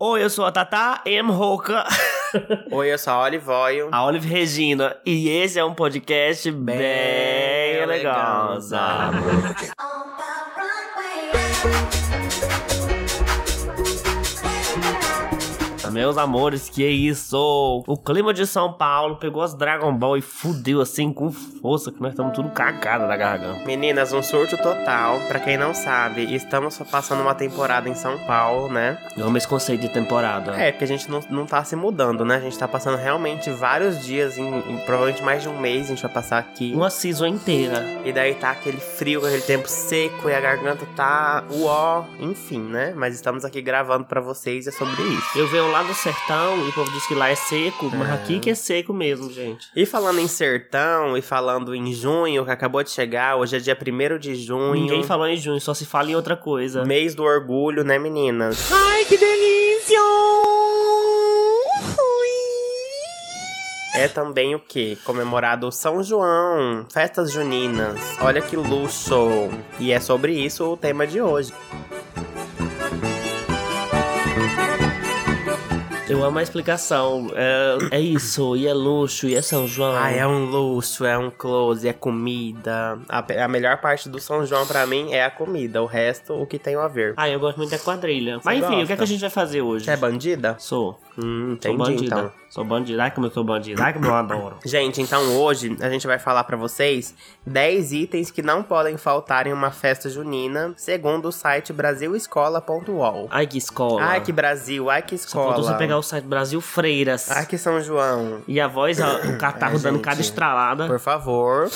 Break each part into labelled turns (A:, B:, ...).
A: Oi, eu sou a Tata M. Roca,
B: Oi, eu sou a Olive Oil.
A: a Olive Regina, e esse é um podcast bem, eleganza.
C: on the Broadway.
A: Meus amores, que é isso! O clima de São Paulo pegou as Dragon Ball e fudeu assim com força, que nós estamos tudo cagada da garganta.
B: Meninas, um surto total. Pra quem não sabe, estamos só passando uma temporada em São Paulo, né?
A: Eu amo esse conceito de temporada.
B: É, porque a gente não, não tá se mudando, né? A gente tá passando realmente vários dias, em, em- provavelmente mais de um mês a gente vai passar aqui.
A: Uma season inteira.
B: E daí tá aquele frio, aquele tempo seco e a garganta tá uó, enfim, né? Mas estamos aqui gravando pra vocês e é sobre isso.
A: Eu venho lá do sertão e o povo diz que lá é seco, mas aqui que é seco mesmo, gente.
B: E falando em sertão e falando em junho, que acabou de chegar, hoje é dia 1 de junho.
A: Ninguém falou em junho, só se fala em outra coisa.
B: Mês do orgulho, né, meninas?
A: Ai, que delícia!
B: É também o quê? Comemorado o São João, festas juninas. Olha que luxo! E é sobre isso o tema de hoje.
A: Eu amo a explicação. É, é isso, e é luxo, e é São João.
B: Ah, é um luxo, é um close, é comida. A, pe- a melhor parte do São João pra mim é a comida, o resto o que tem a ver.
A: Ah, eu gosto muito da quadrilha.
B: Você
A: Mas enfim, o que,
B: gosta?
A: é que a gente vai fazer hoje?
B: Você é bandida?
A: Sou.
B: Hum,
A: Sou
B: entendi
A: bandida.
B: então.
A: Sou bandida. Ai, como eu sou bandida. Ai, como eu adoro.
B: Gente, então hoje a gente vai falar pra vocês 10 itens que não podem faltar em uma festa junina, segundo o site brasilescola.ol.
A: Ai, que escola.
B: Ai que Brasil, ai que
A: Só faltou você
B: escola.
A: pegar o site Brasil Freiras.
B: Ai que São João.
A: E a voz, ó, o catarro
B: Ai,
A: dando
B: gente.
A: cada estralada.
B: Por favor,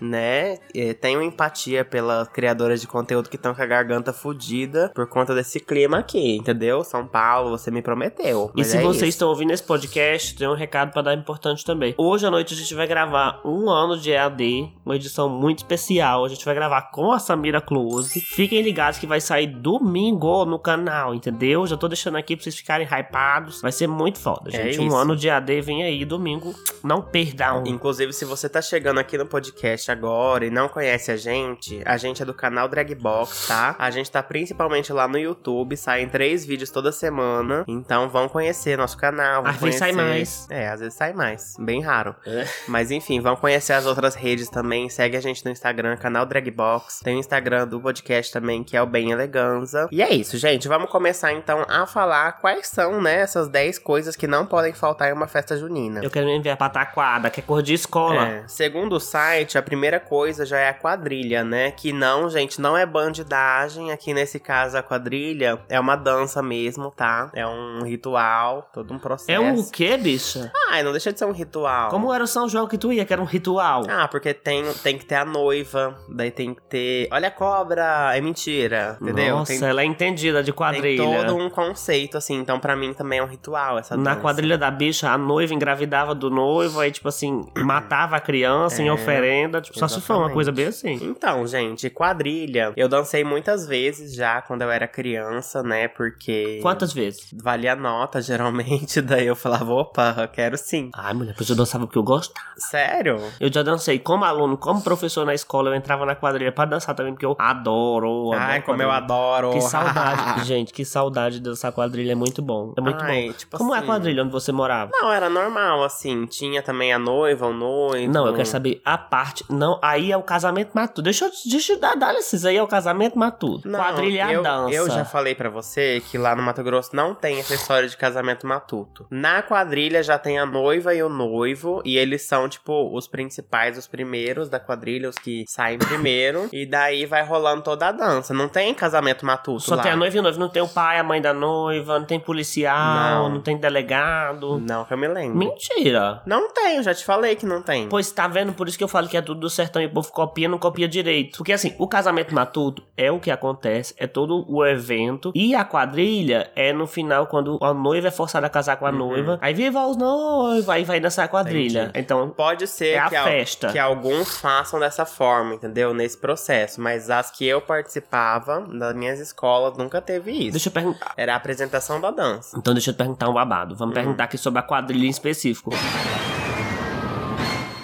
B: né? eh, Tenham empatia pelas criadoras de conteúdo que estão com a garganta fudida por conta desse clima aqui, entendeu? São Paulo, você me prometeu.
A: E
B: mas
A: se
B: é
A: vocês
B: isso.
A: estão ouvindo esse podcast, tem um recado pra dar importante também. Hoje à noite a gente vai gravar um ano de EAD, uma edição muito especial. A gente vai gravar com a Samira Close. Fiquem ligados que vai sair domingo no canal, entendeu? Já tô deixando aqui pra vocês ficarem hypados. Vai ser muito foda,
B: É
A: gente. um
B: isso.
A: ano de EAD vem aí, domingo. Não perdam.
B: Inclusive, se você tá chegando aqui no podcast agora e não conhece a gente, a gente é do canal Dragbox, tá? A gente tá principalmente lá no YouTube, saem três vídeos toda semana. Então vão conhecer nosso canal. Vão
A: Às vezes sai
B: conhecer-
A: mais.
B: É, às vezes sai mais. Bem raro.
A: É.
B: Mas enfim, vão conhecer as outras redes também. Segue a gente no Instagram, canal Dragbox. Tem o Instagram do podcast também, que é o Bem Eleganza. E é isso, gente. Vamos começar então a falar quais são, né, essas 10 coisas que não podem faltar em uma festa junina.
A: Eu quero me enviar pra taquada, que é cor de escola.
B: É, Segundo o site, a primeira coisa já é a quadrilha, né? Que não, gente, não é bandidagem. Aqui nesse caso, a quadrilha é uma dança mesmo, tá? É um ritual, todo um processo.
A: É um o quê, bicha?
B: Ai, não deixa de ser um ritual.
A: Como era o São João que tu ia, que era um ritual?
B: Ah, porque tem, tem que ter a noiva, daí tem que ter. Olha a cobra! É mentira, entendeu?
A: Nossa,
B: tem,
A: ela é entendida de
B: tem
A: quadrilha.
B: todo um conceito, assim. Então, pra mim também é um ritual essa
A: Na
B: dança.
A: quadrilha da bicha, a noiva engravidava do noivo, aí, tipo assim, matava a criança em
B: É,
A: oferenda. Tipo, só se for uma
B: exatamente.
A: coisa bem assim.
B: Então, gente, quadrilha. Eu dancei muitas vezes já quando eu era criança, né? Porque.
A: assim. Quantas vezes?
B: valia nota, geralmente. Daí eu falava, opa, eu quero sim.
A: Ai, mulher, porque eu dançava porque eu gostava.
B: Sério?
A: Eu já dancei como aluno, como professor na escola, eu entrava na quadrilha pra dançar também, porque eu adoro.
B: Ai,
A: adoro
B: como eu
A: quadrilha.
B: adoro.
A: Que saudade, gente, que saudade de dançar quadrilha, é muito bom. É muito
B: Ai,
A: bom.
B: tipo
A: como é a
B: assim-
A: quadrilha onde você morava?
B: Não, era normal, assim. Tinha também a noiva, o noivo.
A: Não, eu quero saber a parte. Não, aí é o casamento matuto. Deixa eu, deixa eu dar análises aí, é o casamento matuto.
B: Não,
A: Quadrilha é a
B: eu,
A: dança.
B: Eu já falei pra você que lá no Mato Grosso não tem essa história de casamento matuto. Na quadrilha já tem a noiva e o noivo, e eles são, tipo, os principais, os primeiros da quadrilha, os que saem primeiro, e daí vai rolando toda a dança. Não tem casamento matuto
A: Só
B: lá.
A: tem a noiva e o noivo. Não tem o pai, a mãe da noiva, não tem policial, não,
B: Não. Hum.
A: tem delegado.
B: Não, que eu me lembro.
A: Mentira.
B: Não tem, eu já te falei que não tem.
A: Pois tá vendo, por isso que eu falo que é tudo do sertão e o povo copia, não copia direito. Porque assim, o casamento matuto é o que acontece, é todo o evento. E a quadrilha é no final, quando a noiva é forçada a casar
B: Uhum.
A: com a noiva. Aí viva os noivos, aí vai dançar a quadrilha.
B: Entendi.
A: Então,
B: Pode ser
A: É a
B: que, al-
A: festa.
B: que alguns façam dessa forma, entendeu? Nesse processo. Mas as que eu participava, das minhas escolas, nunca teve isso.
A: deixa eu perguntar.
B: Era a apresentação da dança. Hum.
A: Então deixa eu te perguntar um babado. Vamos perguntar aqui sobre a quadrilha em específico.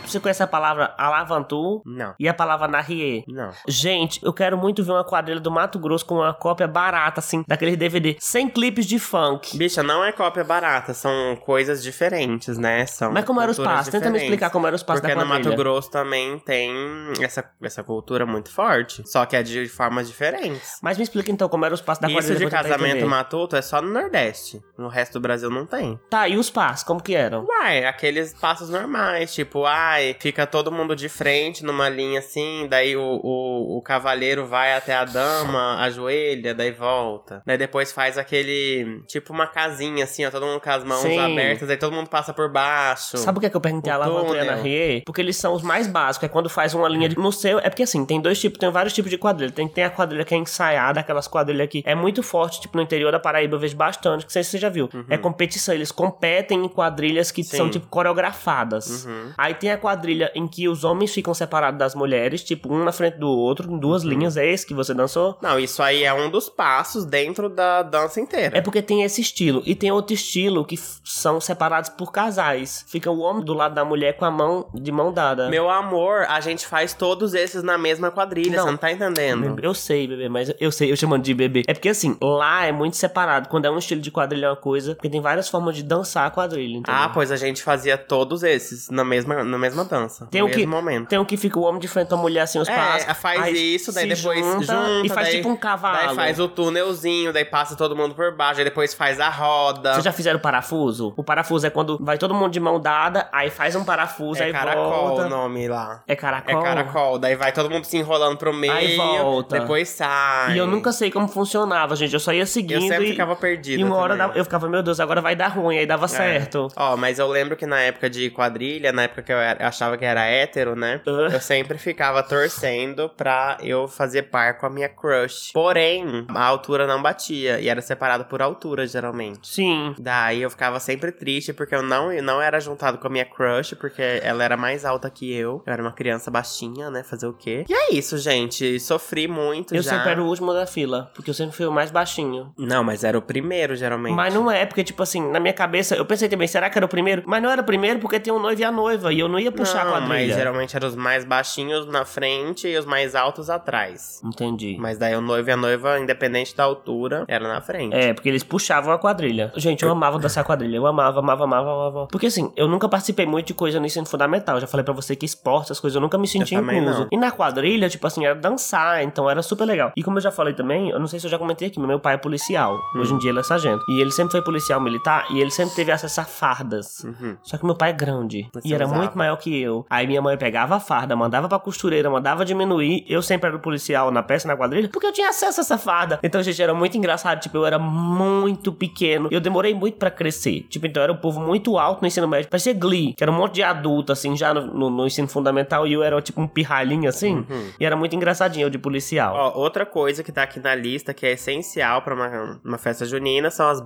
A: Você conhece a palavra alavantu
B: Não,
A: e a palavra narrie?
B: não.
A: Gente, eu quero muito ver uma quadrilha do Mato Grosso com uma cópia barata, assim, daquele DVD, sem clipes de funk.
B: Bicha, não é cópia barata, são coisas diferentes, né? São
A: Mas como era o
B: culturas
A: espaço? Tenta me
B: diferentes.
A: explicar como era o espaço
B: Porque
A: da
B: no Mato
A: quadrilha.
B: Grosso também tem essa, essa cultura muito forte, só que é de formas diferentes.
A: Mas me explica então como era o espaço da tá
B: Isso
A: quadrilha.
B: de
A: pra eu tentar
B: casamento
A: entender.
B: matuto é só no Nordeste. No resto do Brasil não tem.
A: Tá, e os passos, como que eram?
B: Uai, aqueles passos normais, tipo, ai, fica todo mundo de frente numa linha assim, daí o, o, o cavaleiro vai até a dama, ajoelha, daí volta. Daí depois faz aquele, tipo uma casinha assim, ó, todo mundo com as mãos
A: Sim.
B: abertas, daí todo mundo passa por baixo.
A: Sabe o que, é que eu perguntei
B: O
A: a Lavantu e a
B: túnel.
A: Narrie? Porque eles são os mais básicos. É quando faz uma linha de. No seu. É porque assim, tem dois tipos, tem vários tipos de quadrilha. Tem, tem a quadrilha que é ensaiada, aquelas quadrilhas que é muito forte, tipo no interior da Paraíba, eu vejo bastante, que não sei se você já viu. É competição, eles competem em quadrilhas que
B: Sim.
A: são, tipo, coreografadas. Aí tem a quadrilha em que os homens ficam separados das mulheres, tipo, um na frente do outro, em duas linhas. É esse que você dançou?
B: Não, isso aí é um dos passos dentro da dança inteira.
A: É porque tem esse estilo. E tem outro estilo que f- são separados por casais. Fica o homem do lado da mulher com a mão de mão dada.
B: Meu amor, a gente faz todos esses na mesma quadrilha,
A: Não.
B: você não tá entendendo.
A: Eu sei, bebê, mas eu sei, eu chamando de bebê. É porque assim, lá é muito separado. Quando é um estilo de quadrilha é uma coisa, porque tem várias formas de dançar a quadrilha, entendeu?
B: Ah, pois a gente fazia todos esses na mesma, na mesma dança.
A: Tem
B: no
A: o que-
B: mesmo momento.
A: Tem um que fica o homem de frente à mulher assim, os
B: É,
A: passos.
B: faz
A: aí
B: isso, daí
A: se
B: depois junta,
A: E faz
B: daí-
A: tipo um cavalo.
B: Daí faz o túnelzinho, daí passa todo mundo por baixo, aí depois faz a roda.
A: Vocês já fizeram parafuso? O parafuso é quando vai todo mundo de mão dada, aí faz um parafuso,
B: é
A: aí
B: caracol
A: volta.
B: o nome lá.
A: É caracol?
B: É caracol, daí vai todo mundo se enrolando pro meio,
A: volta.
B: depois sai.
A: E eu nunca sei como funcionava, gente. Eu só ia seguindo
B: Eu sempre
A: e...
B: ficava perdido.
A: E uma hora
B: também. É.
A: dava- eu ficava, meu Deus, agora vai dar ruim, aí dava certo.
B: Ó, mas eu lembro que na época de quadrilha, na época que eu era- achava que era hétero, né?
A: Ah.
B: Eu sempre ficava torcendo pra eu fazer par com a minha crush. Porém, a altura não batia e era separado por altura, geralmente.
A: Sim.
B: Daí eu ficava sempre triste porque eu não, eu não era juntado com a minha crush, porque ela era mais alta que eu. Eu era uma criança baixinha, né? Fazer o quê? E é isso, gente. Sofri muito
A: Eu
B: já.
A: sempre era o último da fila, porque eu sempre fui o mais baixinho.
B: Não, mas era o primeiro, geralmente.
A: Mas não é, porque, tipo assim, na minha cabeça, eu pensei também, será que era o primeiro? Mas não era o primeiro porque tem o noivo e a noiva, e eu não ia puxar
B: não,
A: a quadrilha.
B: mas geralmente eram os mais baixinhos na frente e os mais altos atrás.
A: Entendi.
B: Mas daí o noivo e a noiva, independente da altura, era na frente.
A: É, porque eles puxavam a quadrilha. Gente, eu amava dançar quadrilha. Eu amava, amava, amava, amava. Porque assim, eu nunca participei muito de coisa no ensino fundamental. Eu já falei pra você que esporte, as coisas, eu nunca me senti
B: Eu também
A: incluso.
B: não.
A: E na quadrilha, tipo assim, era dançar, então era super legal. E como eu já falei também, eu não sei se eu já comentei aqui, mas meu pai é policial.
B: Hum.
A: Hoje em dia ele é sargento. E ele sempre foi policial militar e ele sempre teve acesso a fardas.
B: Uhum.
A: Só que meu pai é grande
B: Você
A: e era
B: usava.
A: muito maior que eu. Aí minha mãe pegava a farda, mandava pra costureira, mandava diminuir. Eu sempre era o policial na peça, na quadrilha, porque eu tinha acesso a essa farda. Então, gente, era muito engraçado. Tipo, eu era muito pequeno. Eu demorei muito pra crescer. Tipo, então eu era um povo muito alto no ensino médio. Parecia Glee, que era um monte de adulto, assim, já no, no- no ensino fundamental. E eu era tipo um pirralhinho, assim. E era muito engraçadinho eu de policial.
B: Uhum. Ó, outra coisa que tá aqui na lista que é essencial pra uma, uma festa junina são as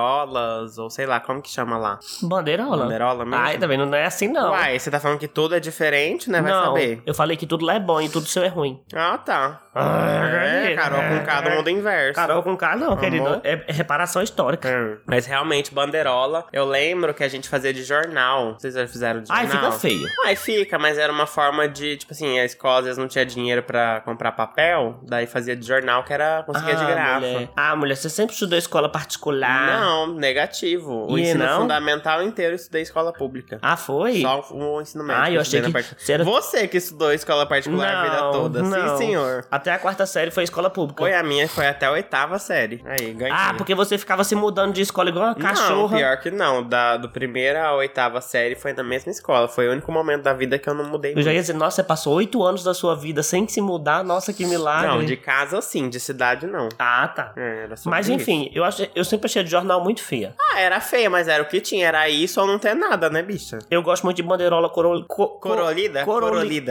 B: bandeirolas, ou sei lá, como que chama lá?
A: Bandeirola.
B: Bandeirola mesmo?
A: Ai, também não é assim, não.
B: Uai, você tá falando que tudo é diferente, né? Vai
A: não,
B: saber.
A: eu falei que tudo lá é bom e tudo seu é ruim.
B: Ah, tá.
A: Ah,
B: é,
A: é.
B: Carol com K do mundo inverso.
A: Carol com K, não, querido.
B: Amor.
A: É, é reparação histórica.
B: Hum. Mas realmente, bandeirola, eu lembro que a gente fazia de jornal. Vocês já fizeram de jornal?
A: Ai, fica feio.
B: Aí fica, mas era uma forma de, tipo assim, a escola às vezes não tinha dinheiro pra comprar papel, daí fazia de jornal que era conseguia de graça.
A: Mulher. Ah, mulher, você sempre estudou escola particular.
B: Não, negativo. O
A: E
B: ensino
A: não?
B: fundamental inteiro eu estudei escola pública.
A: Ah, foi?
B: Só o ensino médio.
A: Ah, eu achei
B: estudei na
A: que
B: parte-
A: você era-
B: Você que estudou escola particular a vida
A: Não,
B: toda.
A: não.
B: Sim, senhor.
A: Até a quarta série foi escola pública.
B: Foi a minha, foi até a oitava série. Aí, ganhei.
A: ah, porque você ficava se mudando de escola igual uma
B: Não,
A: cachorra.
B: pior que não. Da, do primeira à oitava série foi na mesma escola. Foi o único momento da vida que eu não mudei
A: Eu já
B: muito.
A: ia dizer, nossa, você passou oito anos da sua vida sem se mudar, nossa, que milagre.
B: Não, de casa sim, de cidade não.
A: Ah, tá.
B: É, era sobre
A: Mas
B: isso.
A: enfim, eu, achei, eu sempre achei de jornal muito feia.
B: Ah, era feia, mas era o que tinha. Era isso ou não ter nada, né, bicha?
A: Eu gosto muito de bandeirola coro... co-
B: Corolida?
A: coroli-
B: Corolida.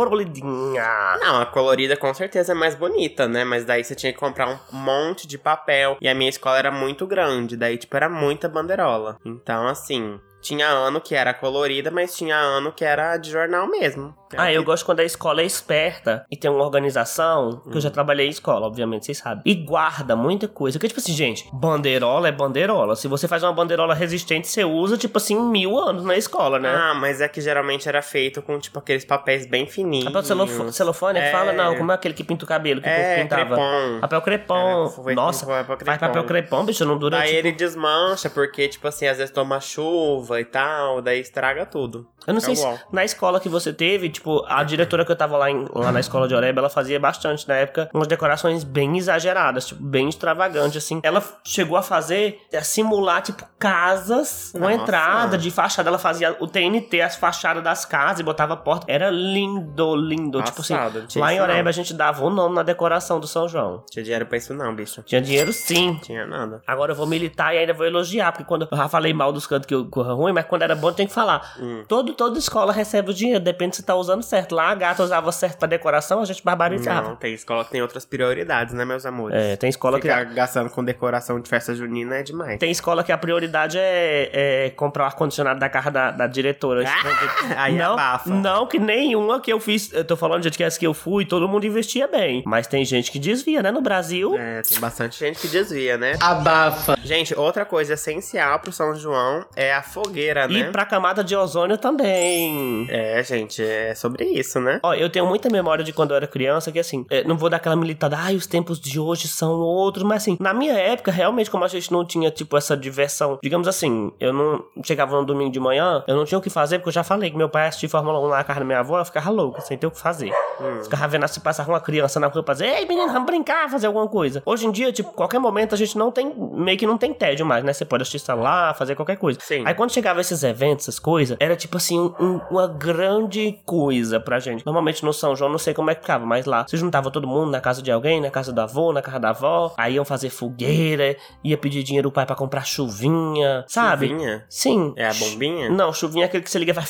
A: Corolidinha.
B: Não, a colorida com certeza é mais bonita, né? Mas daí você tinha que comprar um monte de papel. E a minha escola era muito grande, daí, tipo, era muita bandeirola. Então, assim, Tinha ano que era colorida, mas tinha ano que era de jornal mesmo.
A: Ah, eu gosto quando a escola é esperta e tem uma organização, que eu
B: Hum.
A: já trabalhei em escola, obviamente, vocês sabem. E guarda muita coisa. Porque, tipo assim, gente, bandeirola é bandeirola. Se você faz uma bandeirola resistente, você usa, tipo assim, mil anos na escola, né?
B: Ah, mas é que geralmente era feito com, tipo, aqueles papéis bem fininhos.
A: Papel celofo- celofone,
B: É.
A: fala, não, como é aquele que pinta o cabelo, que o povo
B: É,
A: pintava?
B: crepom.
A: Papel
B: É,
A: crepom.
B: foi-
A: Nossa,
B: foi
A: faz papel crepom, bicho, não dura.
B: Daí
A: tipo-
B: ele desmancha, porque, tipo assim, às vezes toma chuva e tal, daí estraga tudo.
A: Eu não
B: É
A: sei se
B: igual.
A: na escola que você teve, tipo, a diretora que eu tava lá, em- lá na escola de Oreba, ela fazia bastante na época umas decorações bem exageradas, tipo, bem extravagantes, assim. Ela f- chegou a fazer, a simular, tipo, casas, uma
B: Nossa.
A: entrada de fachada. Ela fazia o TNT, as fachadas das casas e botava a porta. Era lindo, lindo. tipo assim,
B: Passado, não tinha
A: lá
B: isso
A: em
B: não.
A: Oreba a gente dava o nome na decoração do São João.
B: Tinha dinheiro pra isso não, bicho.
A: Tinha dinheiro sim.
B: Tinha nada.
A: Agora eu vou militar e ainda vou elogiar, porque quando eu já falei mal dos cantos que eu corra ruim, mas quando era bom tem que falar.
B: Hum.
A: Todo, toda escola recebe o dinheiro, depende se tá usando certo. Lá a gata usava certo pra decoração, a gente barbarizava.
B: Não, tem escola que tem outras prioridades, né, meus amores?
A: Ah. É, tem escola que.
B: Ficar gastando com decoração de festa junina é demais.
A: Tem escola que a prioridade é, é comprar o ar-condicionado da casa da, da diretora.
B: Ah! Aí
A: não,
B: abafa.
A: não que nenhuma que eu fiz. Eu tô falando de que que eu fui, todo mundo investia bem. Mas tem gente que desvia, né? No Brasil.
B: É, tem bastante gente que desvia, né? Abafa. Gente, outra coisa essencial pro São João é a fogueira,
A: e
B: né?
A: pra camada de ozônio também.
B: É, gente, é sobre isso, né?
A: Ó, eu tenho muita memória de quando eu era criança, que assim, é, não vou dar aquela militada, ai, os tempos de hoje são outros, mas assim, na minha época, realmente, como a gente não tinha, tipo, essa diversão, digamos assim, eu não chegava no domingo de manhã, eu não tinha o que fazer, porque eu já falei que meu pai assistia Fórmula 1 lá na casa da minha avó, eu ficava louco, sem ter o que fazer.
B: Hum.
A: Ficava vendo se passava uma criança na rua pra dizer, ei, menino, vamos brincar, fazer alguma coisa. Hoje em dia, tipo, qualquer momento a gente não tem, meio que não tem tédio mais, né? Você pode assistir celular, fazer qualquer coisa.
B: Sim.
A: Aí quando chegava esses eventos, essas coisas, era tipo assim, um- um- uma grande coisa pra gente. Normalmente no São João, não sei como é que ficava, mas lá se juntava todo mundo na casa de alguém, na casa da avó, na casa da avó. Aí iam fazer fogueira, ia pedir dinheiro do pai pra comprar chuvinha, sabe?
B: Chuvinha?
A: Sim.
B: É a bombinha?
A: Não, chuvinha é aquele que você liga e vai.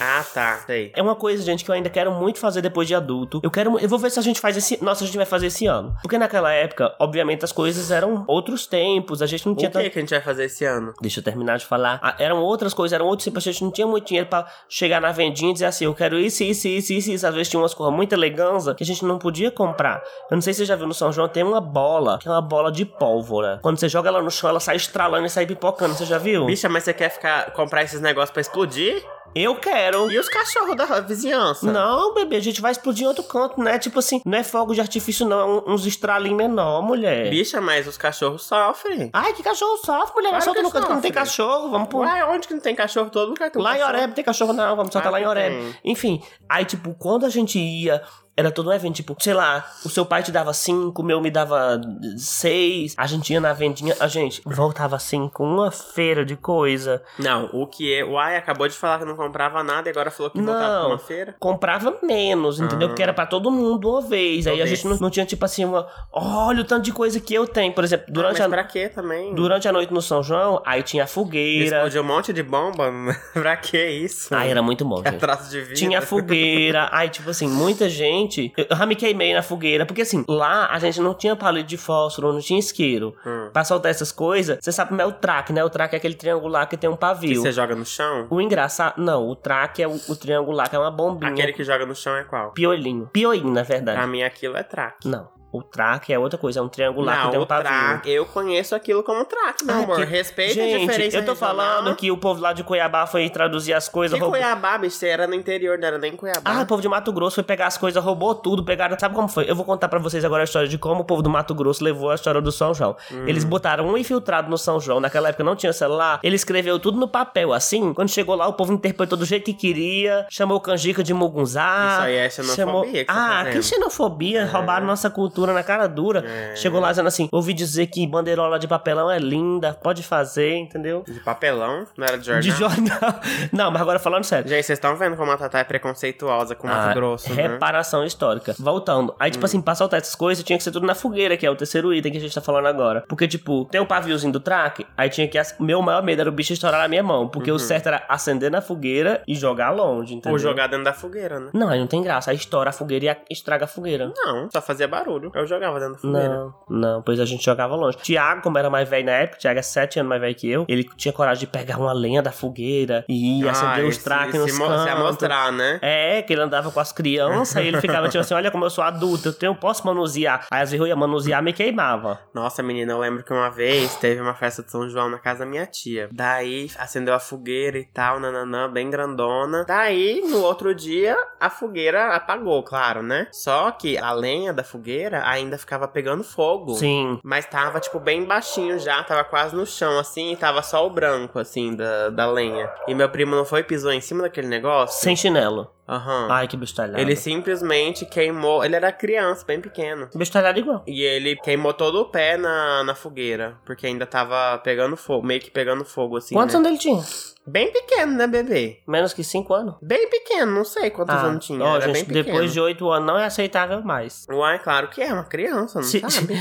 B: Ah, tá. Sei.
A: É uma coisa, gente, que eu ainda quero muito fazer depois de adulto. Eu quero. Eu vou ver se a gente faz esse. Nossa, a gente vai fazer esse ano. Porque naquela época, obviamente, as coisas eram outros tempos. A gente não
B: O
A: tinha
B: que,
A: tanto.
B: que a gente vai fazer esse ano?
A: Deixa eu terminar de falar. Ah, eram outras coisas, eram outros tipos. A gente não tinha muito dinheiro pra chegar na vendinha e dizer assim: eu quero isso, isso, isso, isso, isso. Às vezes tinha umas coisas muito eleganza que a gente não podia comprar. Eu não sei se você já viu no São João, tem uma bola, que é uma bola de pólvora. Quando você joga ela no chão, ela sai estralando e sai pipocando. Você já viu?
B: Bicha, mas você quer ficar comprar esses negócios pra explodir?
A: Eu quero.
B: E os cachorros da vizinhança?
A: Não, bebê, a gente vai explodir em outro canto, né? Tipo assim, não é fogo de artifício, não. É um- uns estralinhos menor, mulher.
B: Bicha, mas os cachorros sofrem.
A: Ai, que cachorro sofre, mulher.
B: Claro
A: Solta
B: que
A: no canto que não tem
B: sofre.
A: cachorro. Vamos pro.
B: Ué, onde que não tem cachorro? Todo lugar tem um
A: Lá em
B: cachorro.
A: Oreb tem cachorro, não, vamos soltar
B: Ah,
A: tá lá em
B: que
A: Oreb.
B: tem.
A: Enfim, aí, tipo, quando a gente ia, era todo um evento, tipo, sei lá, o seu pai te dava cinco, o meu me dava seis, a gente ia na vendinha, a gente voltava assim com uma feira de coisa.
B: Não, o que é. Uai, acabou de falar que não comprava nada e agora falou que
A: Não.
B: voltava pra uma feira.
A: Comprava menos, entendeu? Porque era pra todo mundo uma vez. Aí a
B: Ah. Talvez.
A: gente não, não tinha, tipo assim, uma. Olha o tanto de coisa que eu tenho. Por exemplo, durante,
B: ah, mas
A: a,
B: pra quê também?
A: durante a noite no São João, aí tinha a fogueira.
B: Explodiu um monte de bomba? pra que isso?
A: Aí era muito bom,
B: É
A: gente.
B: traço de vida.
A: Tinha fogueira, aí, tipo assim, muita gente. Eu já me queimei na fogueira, porque assim, lá a gente não tinha palito de fósforo, não tinha isqueiro.
B: Hum.
A: Pra soltar essas coisas, você sabe como é o track, né? O track é aquele triangular que tem um
B: Que
A: pavio.
B: você joga no chão?
A: O engraçado. Não, o track é o, o triangular, que é uma bombinha.
B: Aquele que joga no chão é qual?
A: Piolinho. Pioinho, na verdade.
B: Pra mim aquilo é traque.
A: Não. O track é outra coisa, é um triangular que
B: Não,
A: tem um
B: o
A: pavio.
B: traque. Eu conheço aquilo como traque, meu
A: Ah,
B: amor.
A: que-
B: Respeita a
A: Gente,
B: diferença.
A: eu tô falando que o povo lá de Cuiabá foi traduzir as coisas.
B: Que
A: roubou-
B: Cuiabá, bicho, você era no interior, não era nem Cuiabá.
A: Ah, o povo de Mato Grosso foi pegar as coisas, roubou tudo, pegaram. Sabe como foi? Eu vou contar pra vocês agora a história de como o povo do Mato Grosso levou a história do São João.
B: Uhum.
A: Eles botaram um infiltrado no São João, naquela época não tinha celular, ele escreveu tudo no papel, assim. Quando chegou lá, o povo interpretou do jeito que queria, chamou canjica de mugunzá.
B: Isso aí é xenofobia
A: chamou...
B: que você tá
A: Ah,
B: fazendo. É.
A: que xenofobia, roubaram nossa cultura na cara dura. Chegou lá dizendo assim: ouvi dizer que bandeirola de papelão é linda, pode fazer, entendeu?
B: De papelão, não era de jornal.
A: De jornal. Não, mas agora falando sério.
B: Gente, vocês estão vendo como a Tatá é preconceituosa com o Mato
A: Ah,
B: Grosso, né? Hum.
A: reparação histórica. Voltando. Aí, tipo assim, pra soltar essas coisas, tinha que ser tudo na fogueira, que é o terceiro item que a gente tá falando agora. Porque, tipo, tem o paviozinho do traque, aí tinha que... ac- Meu maior medo era o bicho estourar na minha mão. Porque
B: Uhum.
A: o certo era acender na fogueira e jogar longe, entendeu?
B: Ou jogar dentro da fogueira, né?
A: Não, aí não tem graça. Aí estoura a fogueira e a- estraga a fogueira.
B: Não, só fazia barulho. Eu jogava dentro da fogueira.
A: Não, não, pois a gente jogava longe. Tiago, como era mais velho na época, Tiago é 7 anos mais velho que eu, ele tinha coragem de pegar uma lenha da fogueira e ir acender os
B: Ah, esse-
A: tracos
B: esse
A: nos
B: mo- Se
A: cantos.
B: amostrar, né?
A: É, que ele andava com as crianças e ele ficava tipo assim: olha como eu sou adulto, eu tenho, posso manusear. Aí às vezes eu ia manusear me queimava.
B: Nossa, menina, eu lembro que uma vez teve uma festa de São João na casa da minha tia. Daí acendeu a fogueira e tal, nananã, bem grandona. Daí, no outro dia, a fogueira apagou, claro, né? Só que a lenha da fogueira ainda ficava pegando fogo.
A: Sim.
B: Mas tava, tipo, bem baixinho já, tava quase no chão, assim, e tava só o branco, assim, da, da lenha. E meu primo não foi e pisou em cima daquele negócio?
A: Sem chinelo.
B: Aham.
A: Ai, que bestalhado.
B: Ah. Ele simplesmente queimou. Ele era criança, bem pequeno.
A: Bestalhado igual.
B: E ele queimou todo o pé na, na fogueira, porque ainda tava pegando fogo, meio que pegando fogo assim.
A: Quantos
B: né?
A: anos ele tinha?
B: Bem pequeno, né, bebê?
A: Menos que 5 anos.
B: Bem pequeno, não sei quantos
A: Ah,
B: anos tinha.
A: ó,
B: era
A: gente,
B: bem pequeno.
A: depois de 8 anos não é aceitável mais.
B: Uai, claro que é, uma criança, não
A: Se-
B: sabe?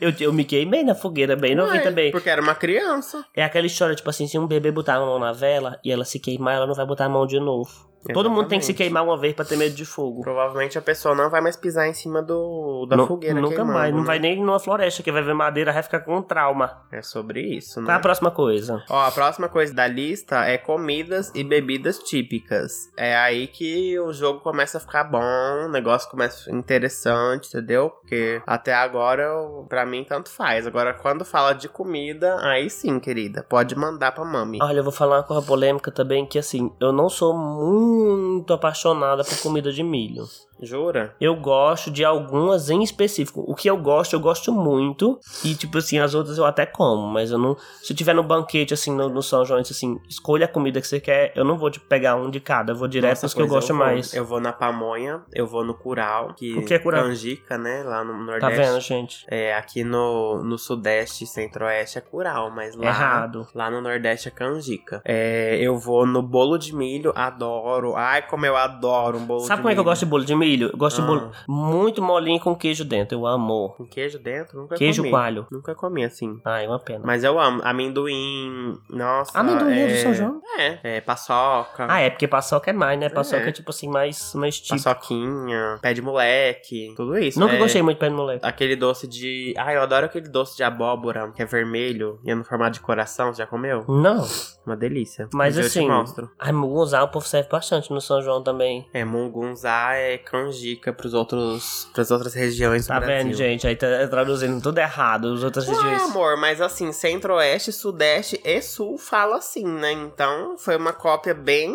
A: eu, eu me queimei na fogueira, bem novinho
B: Uai,
A: também.
B: Porque era uma criança.
A: É aquela história, tipo assim, se um bebê botar a mão na vela e ela se queimar, ela não vai botar a mão de novo. Todo mundo tem que se
B: Exatamente.
A: queimar uma vez pra ter medo de fogo.
B: Provavelmente a pessoa não vai mais pisar em cima do da
A: Nu-
B: fogueira
A: Nunca
B: queimando,
A: mais, não
B: né?
A: vai nem numa floresta que vai ver madeira, vai ficar com trauma.
B: É sobre isso,
A: Qual é
B: né?
A: a próxima coisa?
B: Ó, a próxima coisa da lista é comidas e bebidas típicas. É aí que o jogo começa a ficar bom, o negócio começa interessante, entendeu? Porque até agora, eu, pra mim, tanto faz. Agora, quando fala de comida, aí sim, querida, pode mandar pra mami.
A: Olha, eu vou falar uma coisa polêmica também, que assim, eu não sou muito apaixonada por comida de milho.
B: Jura?
A: Eu gosto de algumas em específico. O que eu gosto, eu gosto muito. E, tipo assim, as outras eu até como. Mas eu não. Se tiver no banquete, assim, no, no São João, assim, escolha a comida que você quer. Eu não vou tipo, pegar um de cada. Eu vou direto
B: Nossa,
A: pros que eu
B: pois
A: gosto
B: vou.
A: mais.
B: Eu vou na pamonha, eu vou no curau, que,
A: O que é curau?
B: canjica, né? Lá no
A: Tá
B: Nordeste.
A: vendo, gente?
B: É, aqui no, no Sudeste e Centro-Oeste é curau, mas lá.
A: Errado.
B: Lá no Nordeste é canjica. É, eu vou no bolo de milho, adoro. Ai, como eu adoro um bolo
A: Sabe
B: de
A: como é que eu
B: milho.
A: gosto de bolo de milho? Eu gosto
B: Ah.
A: de bolo muito molinho com queijo dentro. Eu amo.
B: Com queijo dentro? Nunca
A: Queijo
B: comi.
A: coalho.
B: Nunca comi assim.
A: Ai, uma pena.
B: Mas eu amo. Amendoim. Nossa.
A: Amendoim é do
B: é...
A: São João?
B: É. É, paçoca.
A: Ah, é, porque paçoca é mais, né? Paçoca é,
B: É.
A: tipo assim, mais, mais tipo.
B: Paçoquinha. Pé de moleque. Tudo isso.
A: Nunca
B: é...
A: gostei muito de pé de moleque.
B: Aquele doce de. Ai, eu adoro aquele doce de abóbora, que é vermelho e é no formato de coração. Já comeu?
A: Não.
B: Uma delícia.
A: Mas
B: Um dia
A: assim-
B: Eu te mostro.
A: Ai, mugunzá, o povo serve bastante no São João também.
B: É, mungunzá é canjica pros outros, pras outras regiões
A: Tá
B: do Brasil.
A: vendo, gente? Aí tá traduzindo tudo errado. Os outros
B: Ué,
A: regiões.
B: amor, mas assim, centro-oeste, sudeste e sul fala assim, né? Então foi uma cópia bem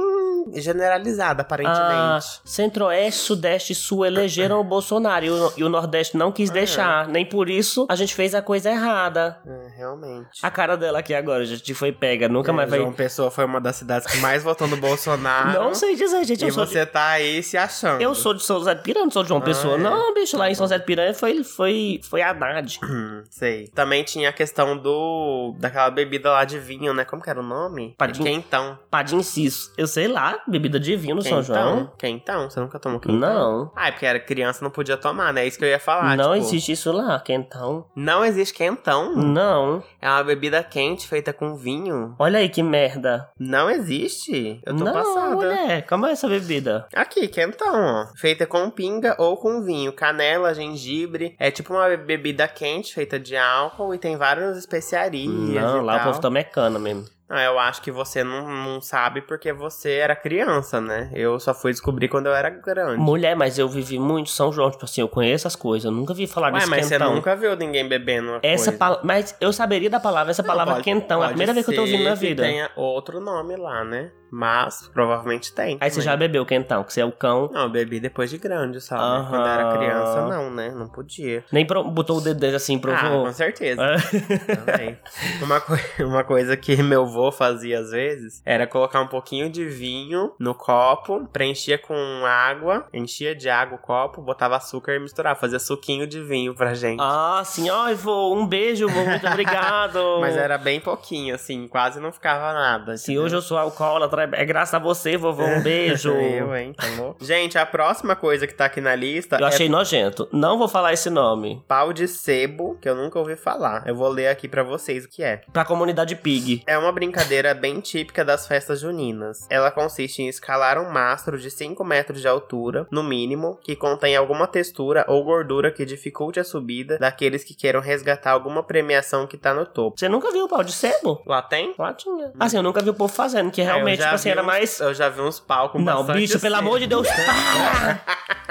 B: generalizada,
A: Ah,
B: aparentemente.
A: Centro-Oeste, Sudeste e Sul elegeram o Bolsonaro e o, e o Nordeste não quis
B: Ah, é.
A: deixar. Nem por isso a gente fez a coisa errada.
B: É, realmente.
A: A cara dela aqui agora, gente, foi pega. Ah, Nunca mais
B: É,
A: vai.
B: João Pessoa foi uma das cidades que mais votou no Bolsonaro.
A: Não sei dizer, gente.
B: E
A: Eu sou, de,
B: você tá aí se achando.
A: eu sou de São José de Piranha, não sou de João
B: Ah,
A: Pessoa.
B: é.
A: Não, bicho, lá em São José de Piranha foi, foi, foi Haddad.
B: Hum, sei. Também tinha a questão do. daquela bebida lá de vinho, né? Como que era o nome?
A: Padim-
B: Quentão.
A: Padinciso. Eu sei lá, bebida de vinho no São
B: Então?
A: João.
B: Quentão? Você nunca tomou quentão?
A: Não.
B: Ah, é porque era criança não podia tomar, né? É isso que eu ia falar.
A: não
B: tipo,
A: existe isso lá, quentão.
B: Não existe quentão.
A: Não.
B: É uma bebida quente feita com vinho.
A: Olha aí que merda.
B: Não existe. Eu tô
A: não,
B: passada.
A: mulher, como é essa bebida?
B: Aqui, quentão, ó. Feita com pinga ou com vinho. Canela, gengibre. É tipo uma bebida quente feita de álcool e tem várias especiarias.
A: não,
B: e
A: lá o
B: tal.
A: povo toma é cana mesmo.
B: Ah, eu acho que você não, não sabe porque você era criança, né? Eu só fui descobrir quando eu era grande.
A: Mulher, mas eu vivi muito São João, tipo assim, eu conheço as coisas, eu nunca vi falar
B: Ué,
A: desse
B: mas você
A: quentão.
B: nunca viu ninguém bebendo uma
A: Essa
B: coisa.
A: pala- mas eu saberia da palavra, essa palavra
B: Pode-
A: quentão, é a
B: pode
A: primeira vez que eu tô
B: ser
A: ouvindo na vida.
B: tenha outro nome lá, né? Mas provavelmente tem.
A: Aí você
B: também.
A: já bebeu quentão, que você é o cão,
B: Não, eu bebi depois de grande, só. né?
A: Aham.
B: Quando eu era criança, não, né? Não podia.
A: nem pro- botou o dedo assim,
B: Ah,
A: provou.
B: com certeza.
A: É.
B: Também. Uma, coi- uma coisa que meu avô fazia às vezes era colocar um pouquinho de vinho no copo, preenchia com água, enchia de água o copo, botava açúcar e misturava, fazia suquinho de vinho pra gente.
A: ah, sim, ai, vou, um beijo, vou, muito obrigado.
B: é Mas era bem pouquinho, assim, quase não ficava nada.
A: Se
B: entendeu? É.
A: hoje eu sou alcoólatra, É graças a você, vovô. Um beijo.
B: Eu, hein? tá louco? Gente, a próxima coisa que tá aqui na lista
A: Eu
B: é
A: achei nojento. Não vou falar esse nome.
B: pau de sebo, que eu nunca ouvi falar. Eu vou ler aqui pra vocês o que é.
A: Pra comunidade pig.
B: É uma brincadeira bem típica das festas juninas. Ela consiste em escalar um mastro de 5 metros de altura, no mínimo, que contém alguma textura ou gordura que dificulte a subida daqueles que queiram resgatar alguma premiação que tá no topo.
A: Você nunca viu o pau de sebo?
B: Lá tem?
A: Lá tinha. Assim, eu nunca vi o povo fazendo, que realmente,
B: Hum. É, eu já
A: tipo assim,
B: vi
A: era
B: uns-
A: mais.
B: Eu já vi uns pau com
A: Não,
B: bastante
A: bicho, pelo
B: sebo.
A: amor de Deus. para!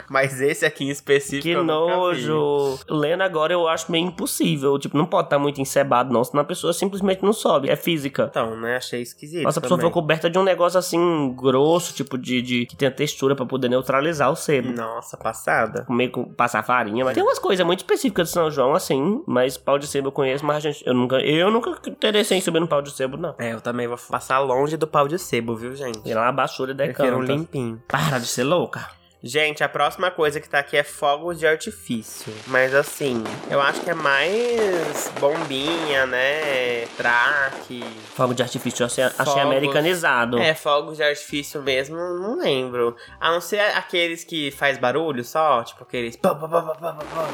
B: Mas esse aqui em específico
A: que
B: eu nunca vi.
A: nojo. Lendo agora eu acho meio impossível. Tipo, não pode estar muito encebado, não. Senão a pessoa simplesmente não sobe. É física.
B: Então, né? Achei esquisito
A: Nossa, a pessoa
B: também.
A: foi coberta de um negócio assim grosso, tipo de, de- que tem a textura pra poder neutralizar o sebo.
B: Nossa, passada.
A: Comer com passar farinha, mas tem umas coisas muito específicas de São João assim, mas pau de sebo eu conheço, mas a gente, eu nunca, eu nunca interessei em subir no pau de sebo não.
B: É, eu também vou passar longe do pau de sebo, viu, gente?
A: E lá na baixura
B: Prefiro um
A: decanta.
B: limpinho.
A: Para de ser louca.
B: Gente, a próxima coisa que tá aqui é fogos de artifício. Mas assim, eu acho que é mais bombinha, né? Traque.
A: Fogo de artifício, eu achei, achei
B: Fogos.
A: americanizado.
B: É, fogos de artifício mesmo, não lembro. A não ser aqueles que faz barulho só, tipo aqueles. pá, pá, pá, pá, pá, pá, pá.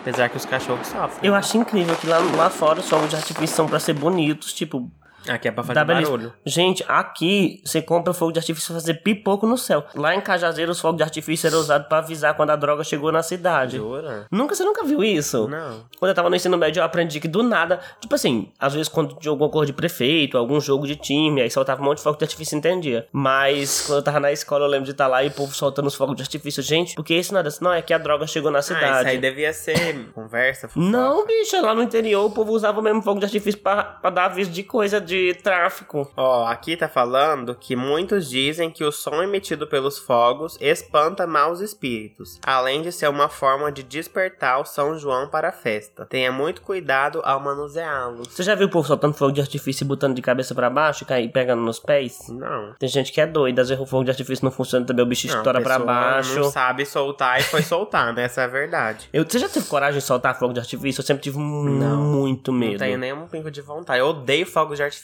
B: Apesar que os cachorros sofrem.
A: Eu acho incrível que lá, lá fora os fogos de artifício são pra ser bonitos, tipo,
B: Aqui é pra fazer
A: Dá beleza.
B: barulho.
A: Gente, aqui você compra fogo de artifício pra fazer pipoco no céu. Lá em Cajazeiro, os fogos de artifício eram usados pra avisar quando a droga chegou na cidade.
B: Jura?
A: Nunca, você nunca viu isso?
B: Não.
A: Quando eu tava no ensino médio, eu aprendi que do nada, tipo assim, às vezes quando tinha alguma cor de prefeito, algum jogo de time, aí soltava um monte de fogo de artifício e entendia. Mas quando eu tava na escola, eu lembro de estar lá e o povo soltando os fogos de artifício. Gente, porque isso nada, não, é que a droga chegou na
B: Ah, isso
A: cidade.
B: aí devia ser conversa. fofoca.
A: Não, bicha, lá no interior o povo usava o mesmo fogo de artifício pra, pra dar aviso de coisa de tráfico.
B: Ó, aqui tá falando que muitos dizem que o som emitido pelos fogos espanta maus espíritos, além de ser uma forma de despertar o São João para a festa. Tenha muito cuidado ao manuseá-los.
A: Você já viu o povo soltando fogo de artifício e botando de cabeça pra baixo e cair, pegando nos pés?
B: Não.
A: Tem gente que é doida, às vezes o fogo de artifício não funciona também, o bicho
B: Não, a
A: estoura pra
B: pessoa
A: baixo.
B: Ah, Não sabe soltar e foi soltar, né? Essa é a verdade.
A: Eu, você já teve coragem de soltar fogo de artifício? Eu sempre tive mu-
B: Não.
A: muito medo.
B: Não tenho né? nenhum pingo de vontade. Eu odeio fogos de artifício.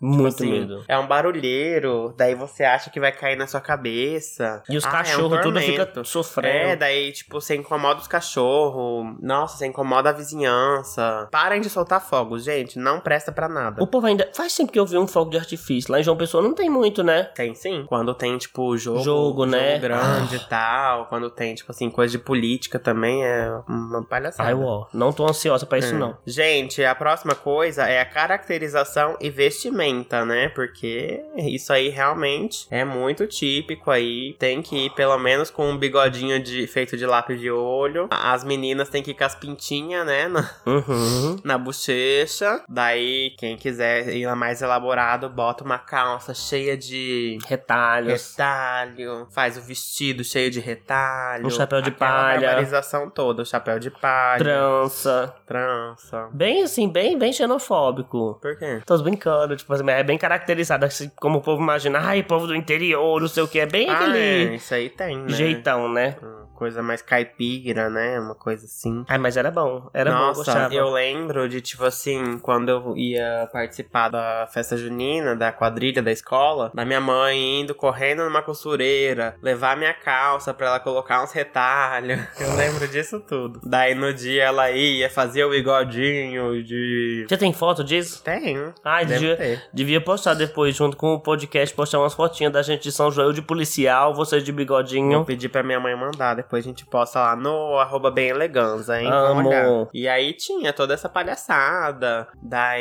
A: Muito
B: Assim,
A: medo.
B: É um barulheiro, daí você acha que vai cair na sua cabeça.
A: E os
B: Ah, é um
A: cachorros tudo fica
B: tormento. É,
A: sofrendo.
B: daí, tipo, você incomoda os cachorros. Nossa, você incomoda a vizinhança. Parem de soltar fogos, gente. Não presta pra nada.
A: o povo ainda. Faz tempo que eu vi um fogo de artifício. Lá em João Pessoa não tem muito, né?
B: Tem sim. Quando tem, tipo, jogo,
A: Jogo, né?
B: grande e tal. Quando tem, tipo assim, coisa de política também é uma palhaçada.
A: Ai, uó. Não tô ansiosa pra isso,
B: É.
A: não.
B: Gente, a próxima coisa é a caracterização e vestimenta, né? Porque isso aí realmente é muito típico aí. Tem que ir pelo menos com um bigodinho de, feito de lápis de olho. As meninas têm que ir com as pintinhas, né? Na,
A: Uhum.
B: na bochecha. Daí, quem quiser ir mais elaborado, bota uma calça cheia de
A: Retalhos.
B: retalho, faz o vestido cheio de retalho.
A: Um chapéu de
B: aquela
A: palha.
B: barbarização toda, o chapéu de palha,
A: Trança.
B: trança.
A: Bem assim, bem, bem xenofóbico.
B: Por quê?
A: Tô brincando, tipo assim, mas é bem caracterizado, assim, como o povo imagina, ai, povo do interior, não sei o que, é bem
B: Ah,
A: aquele
B: é, isso aí tem, né?
A: jeitão, né?
B: Uma Coisa mais caipira, né? Uma coisa assim.
A: Ai, mas era bom, era bom, eu
B: Nossa,
A: gostava.
B: eu lembro de, tipo assim, quando eu ia participar da festa junina, da quadrilha da escola, da minha mãe indo correndo numa costureira, levar minha calça pra ela colocar uns retalhos. Eu lembro disso tudo. Daí no dia ela ia fazer o bigodinho de.
A: Você tem foto disso?
B: Tem.
A: Ai,
B: Deve
A: devia,
B: ter.
A: devia postar depois, junto com o podcast, postar umas fotinhas da gente de São João, eu de policial, você de
B: Eu
A: bigodinho.
B: pedi pra minha mãe mandar, depois a gente posta lá no arroba bem eleganza, hein? Com
A: Amo.
B: H. E aí tinha toda essa palhaçada.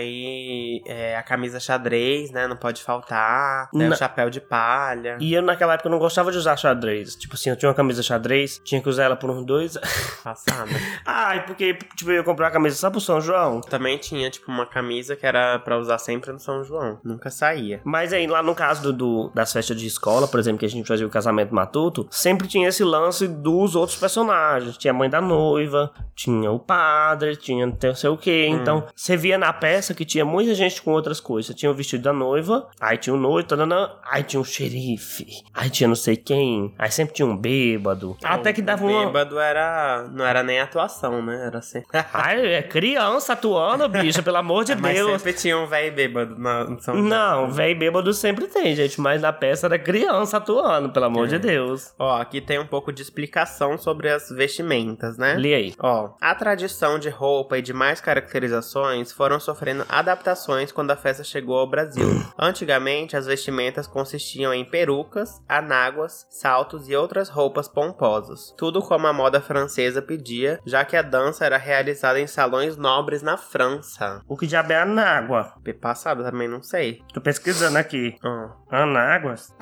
B: Daí é, a camisa xadrez, né? Não pode faltar. Né,
A: Na-
B: o chapéu de palha.
A: E eu naquela época não gostava de usar xadrez. Tipo assim, eu tinha uma camisa xadrez, tinha que usar ela por uns dois.
B: Passada.
A: Ai, porque, tipo, eu ia comprar a camisa só pro São João.
B: Também tinha, tipo, uma camisa que era pra usar sempre no São João. Nunca saía.
A: Mas aí, lá no caso do, do- das festas de escola, por exemplo, que a gente fazia o casamento matuto, sempre tinha esse lance do os outros personagens. Tinha a mãe da noiva, tinha o padre, tinha não sei o quê. Então, você via na peça que tinha muita gente com outras coisas. Tinha o vestido da noiva, aí tinha o noivo, tadanã, aí tinha o xerife, aí tinha não sei quem, aí sempre tinha um bêbado. Até que dava
B: O
A: uma.
B: Então, bêbado era... Não era nem atuação, né? Era assim...
A: Ai, é criança atuando, bicha, pelo amor de
B: Mas
A: Deus.
B: sempre tinha um velho bêbado na, no São João.
A: Não, velho bêbado sempre tem, gente. Mas na peça era criança atuando, pelo amor
B: É.
A: de Deus.
B: Ó, aqui tem um pouco de explicação sobre as vestimentas, né?
A: Li aí.
B: Ó, a tradição de roupa e demais caracterizações foram sofrendo adaptações quando a festa chegou ao Brasil. Antigamente, as vestimentas consistiam em perucas, anáguas, saltos e outras roupas pomposas. Tudo como a moda francesa pedia, já que a dança era realizada em salões nobres na França.
A: O que diabo é anágua?
B: P- Passado também, não sei.
A: Tô pesquisando aqui.
B: Ah,
A: Anáguas?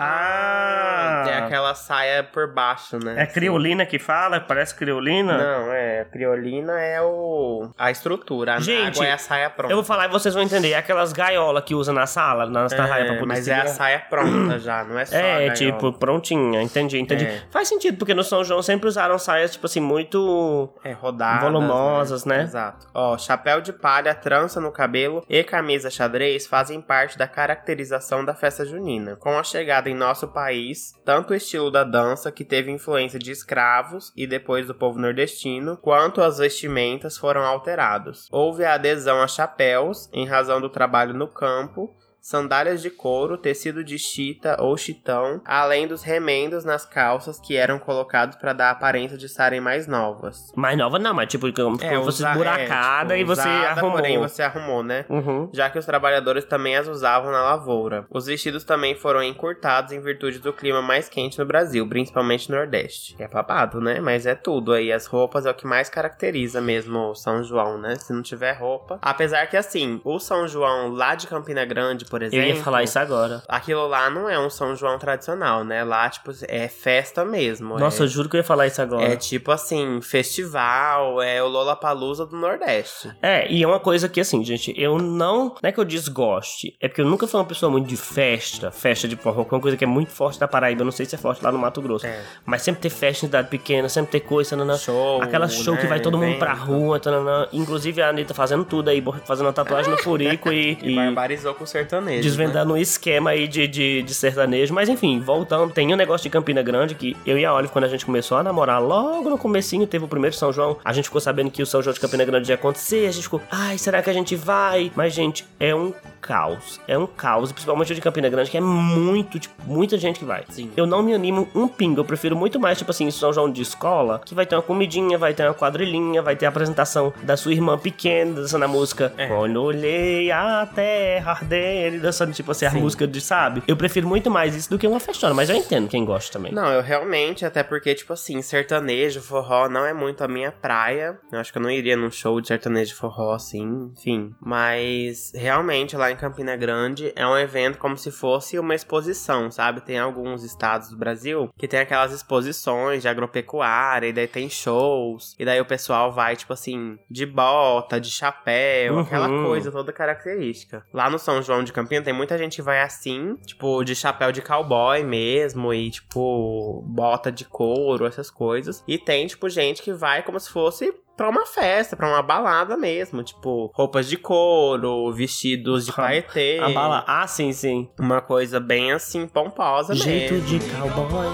A: Ah!
B: é aquela saia por baixo, né?
A: É criolina que fala? Parece criolina?
B: Não, é. Criolina é o. a estrutura. A
A: Gente,
B: água é a saia pronta.
A: Eu vou falar e vocês vão entender. É aqulas gaiolas que usa na sala, na
B: É,
A: tarraia pra poder
B: Mas é
A: segurar.
B: a saia pronta já, não é só. a
A: É,
B: gaiola.
A: tipo, prontinha, entendi, entendi.
B: É.
A: Faz sentido, porque no São João sempre usaram saias, tipo assim, muito.
B: É rodadas.
A: volumosas, né?
B: Exato. Ó, chapéu de palha, trança no cabelo e camisa xadrez fazem parte da caracterização da festa junina. Com a chegada em nosso país, tanto o estilo da dança, que teve influência de escravos e depois do povo nordestino, quanto as vestimentas foram alterados. Houve a adesão a chapéus, em razão do trabalho no campo, sandálias de couro, tecido de chita ou chitão, além dos remendos nas calças que eram colocados para dar a aparência de estarem mais novas.
A: Mais nova, não, mas tipo, como você
B: É, usa-
A: esburacada
B: é, tipo,
A: e você
B: usada,
A: arrumou.
B: Porém, você arrumou, né?
A: Uhum.
B: Já que os trabalhadores também as usavam na lavoura. Os vestidos também foram encurtados em virtude do clima mais quente no Brasil, principalmente no Nordeste. É babado, né? Mas é tudo aí. As roupas é o que mais caracteriza mesmo o São João, né? Se não tiver roupa. Apesar que, assim, o São João lá de Campina Grande, por
A: Eu
B: exemplo.
A: ia falar isso agora.
B: Aquilo lá não é um São João tradicional, né? Lá, tipo, é festa mesmo.
A: Nossa,
B: é,
A: eu juro que eu ia falar isso agora.
B: é tipo assim, festival, é o Lollapalooza do Nordeste.
A: É, e é uma coisa que, assim, gente, eu não. Não é que eu desgoste, é porque eu nunca fui uma pessoa muito de festa, festa de forró, que é uma coisa que é muito forte na Paraíba, eu não sei se é forte lá no Mato Grosso.
B: É.
A: Mas sempre ter festa em idade pequena, sempre ter coisa, nanã.
B: Show,
A: Aquela show que
B: né,
A: vai todo mundo pra
B: evento.
A: rua, tananã. inclusive a Anitta fazendo tudo aí, fazendo uma tatuagem no furico e,
B: E
A: e
B: barbarizou com o sertanejo. né?
A: desvendando o esquema aí de, de, de sertanejo. Mas enfim, voltando, tem um negócio de Campina Grande que eu e a Olive, quando a gente começou a namorar, logo no comecinho teve o primeiro São João. A gente ficou sabendo que o São João de Campina Grande ia acontecer. A gente ficou, ai, será que a gente vai? Mas, gente, é um caos. É um caos, principalmente o de Campina Grande, que é muito, tipo, muita gente que vai.
B: Sim.
A: Eu não me animo um pingo, eu prefiro muito mais, tipo assim, São João de escola, que vai ter uma comidinha, vai ter uma quadrilhinha, vai ter a apresentação da sua irmã pequena dançando a música.
B: É.
A: Quando olhei a terra arder, e dançando, tipo assim, a
B: Sim.
A: música de, sabe? Eu prefiro muito mais isso do que uma festona, mas eu entendo quem gosta também.
B: Não, eu realmente, até porque, tipo assim, sertanejo, forró não é muito a minha praia. Eu acho que eu não iria num show de sertanejo e forró, assim, enfim. Mas realmente lá em Campina Grande é um evento como se fosse uma exposição, sabe? Tem alguns estados do Brasil que tem aquelas exposições de agropecuária, e daí tem shows, e daí o pessoal vai, tipo assim, de bota, de chapéu, É aquela
A: Uhum.
B: coisa toda característica. Lá no São João de Campina tem muita gente que vai assim, tipo, de chapéu de cowboy mesmo e tipo bota de couro, essas coisas. E tem tipo gente que vai como se fosse pra uma festa, pra uma balada mesmo, tipo, roupas de couro, vestidos de
A: Ah,
B: paetê.
A: A bala, ah, sim, sim.
B: Uma coisa bem assim pomposa
A: Jeito
B: mesmo.
A: de cowboy,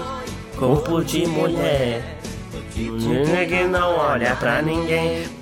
A: corpo de mulher. Ninguém não olha pra ninguém.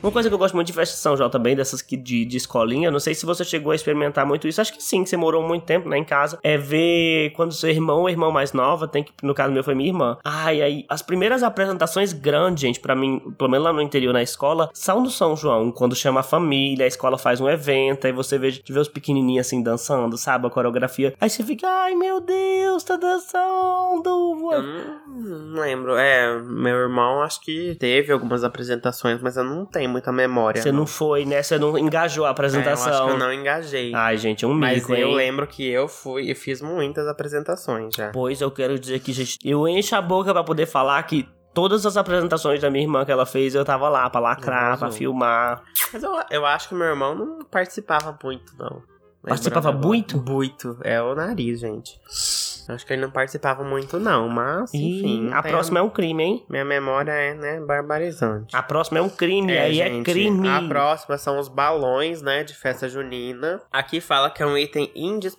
A: Uma coisa que eu gosto muito de festa de São João também, dessas que de, de escolinha, não sei se você chegou a experimentar muito isso, acho que sim, que você morou muito tempo, né, em casa, é ver quando seu irmão ou irmã mais nova, tem que, no caso meu foi minha irmã, ai, ai, as primeiras apresentações grandes, gente, pra mim, pelo menos lá no interior, na escola, são do São João, quando chama a família, a escola faz um evento, aí você vê, vê os pequenininhos assim dançando, sabe, a coreografia, aí você fica, ai, meu Deus, tá dançando,
B: Eu não- Hum, não lembro. É, meu irmão acho que teve algumas apresentações, mas eu não tenho muita memória.
A: Você não foi, né? Você não engajou a
B: É, eu acho
A: apresentação.
B: que eu não engajei.
A: Ai, gente, é um
B: mas
A: mico,
B: eu
A: hein?
B: lembro que eu fui e fiz muitas apresentações já.
A: Pois eu quero dizer que, gente, eu encho a boca pra poder falar que todas as apresentações da minha irmã que ela fez, eu tava lá pra lacrar,
B: Arrasou.
A: pra filmar.
B: Mas eu, eu acho que meu irmão não participava muito, não. né? Lembrando
A: Participava
B: agora.
A: muito?
B: Muito. É o nariz, gente. Acho que ele não participava muito, não, mas, enfim.
A: Ih, a
B: tem-
A: próxima é um crime, hein?
B: Minha memória é, né, barbarizante.
A: A próxima é um crime, aí é
B: gente,
A: crime.
B: A próxima são os balões, né, de festa junina. Aqui fala que é um item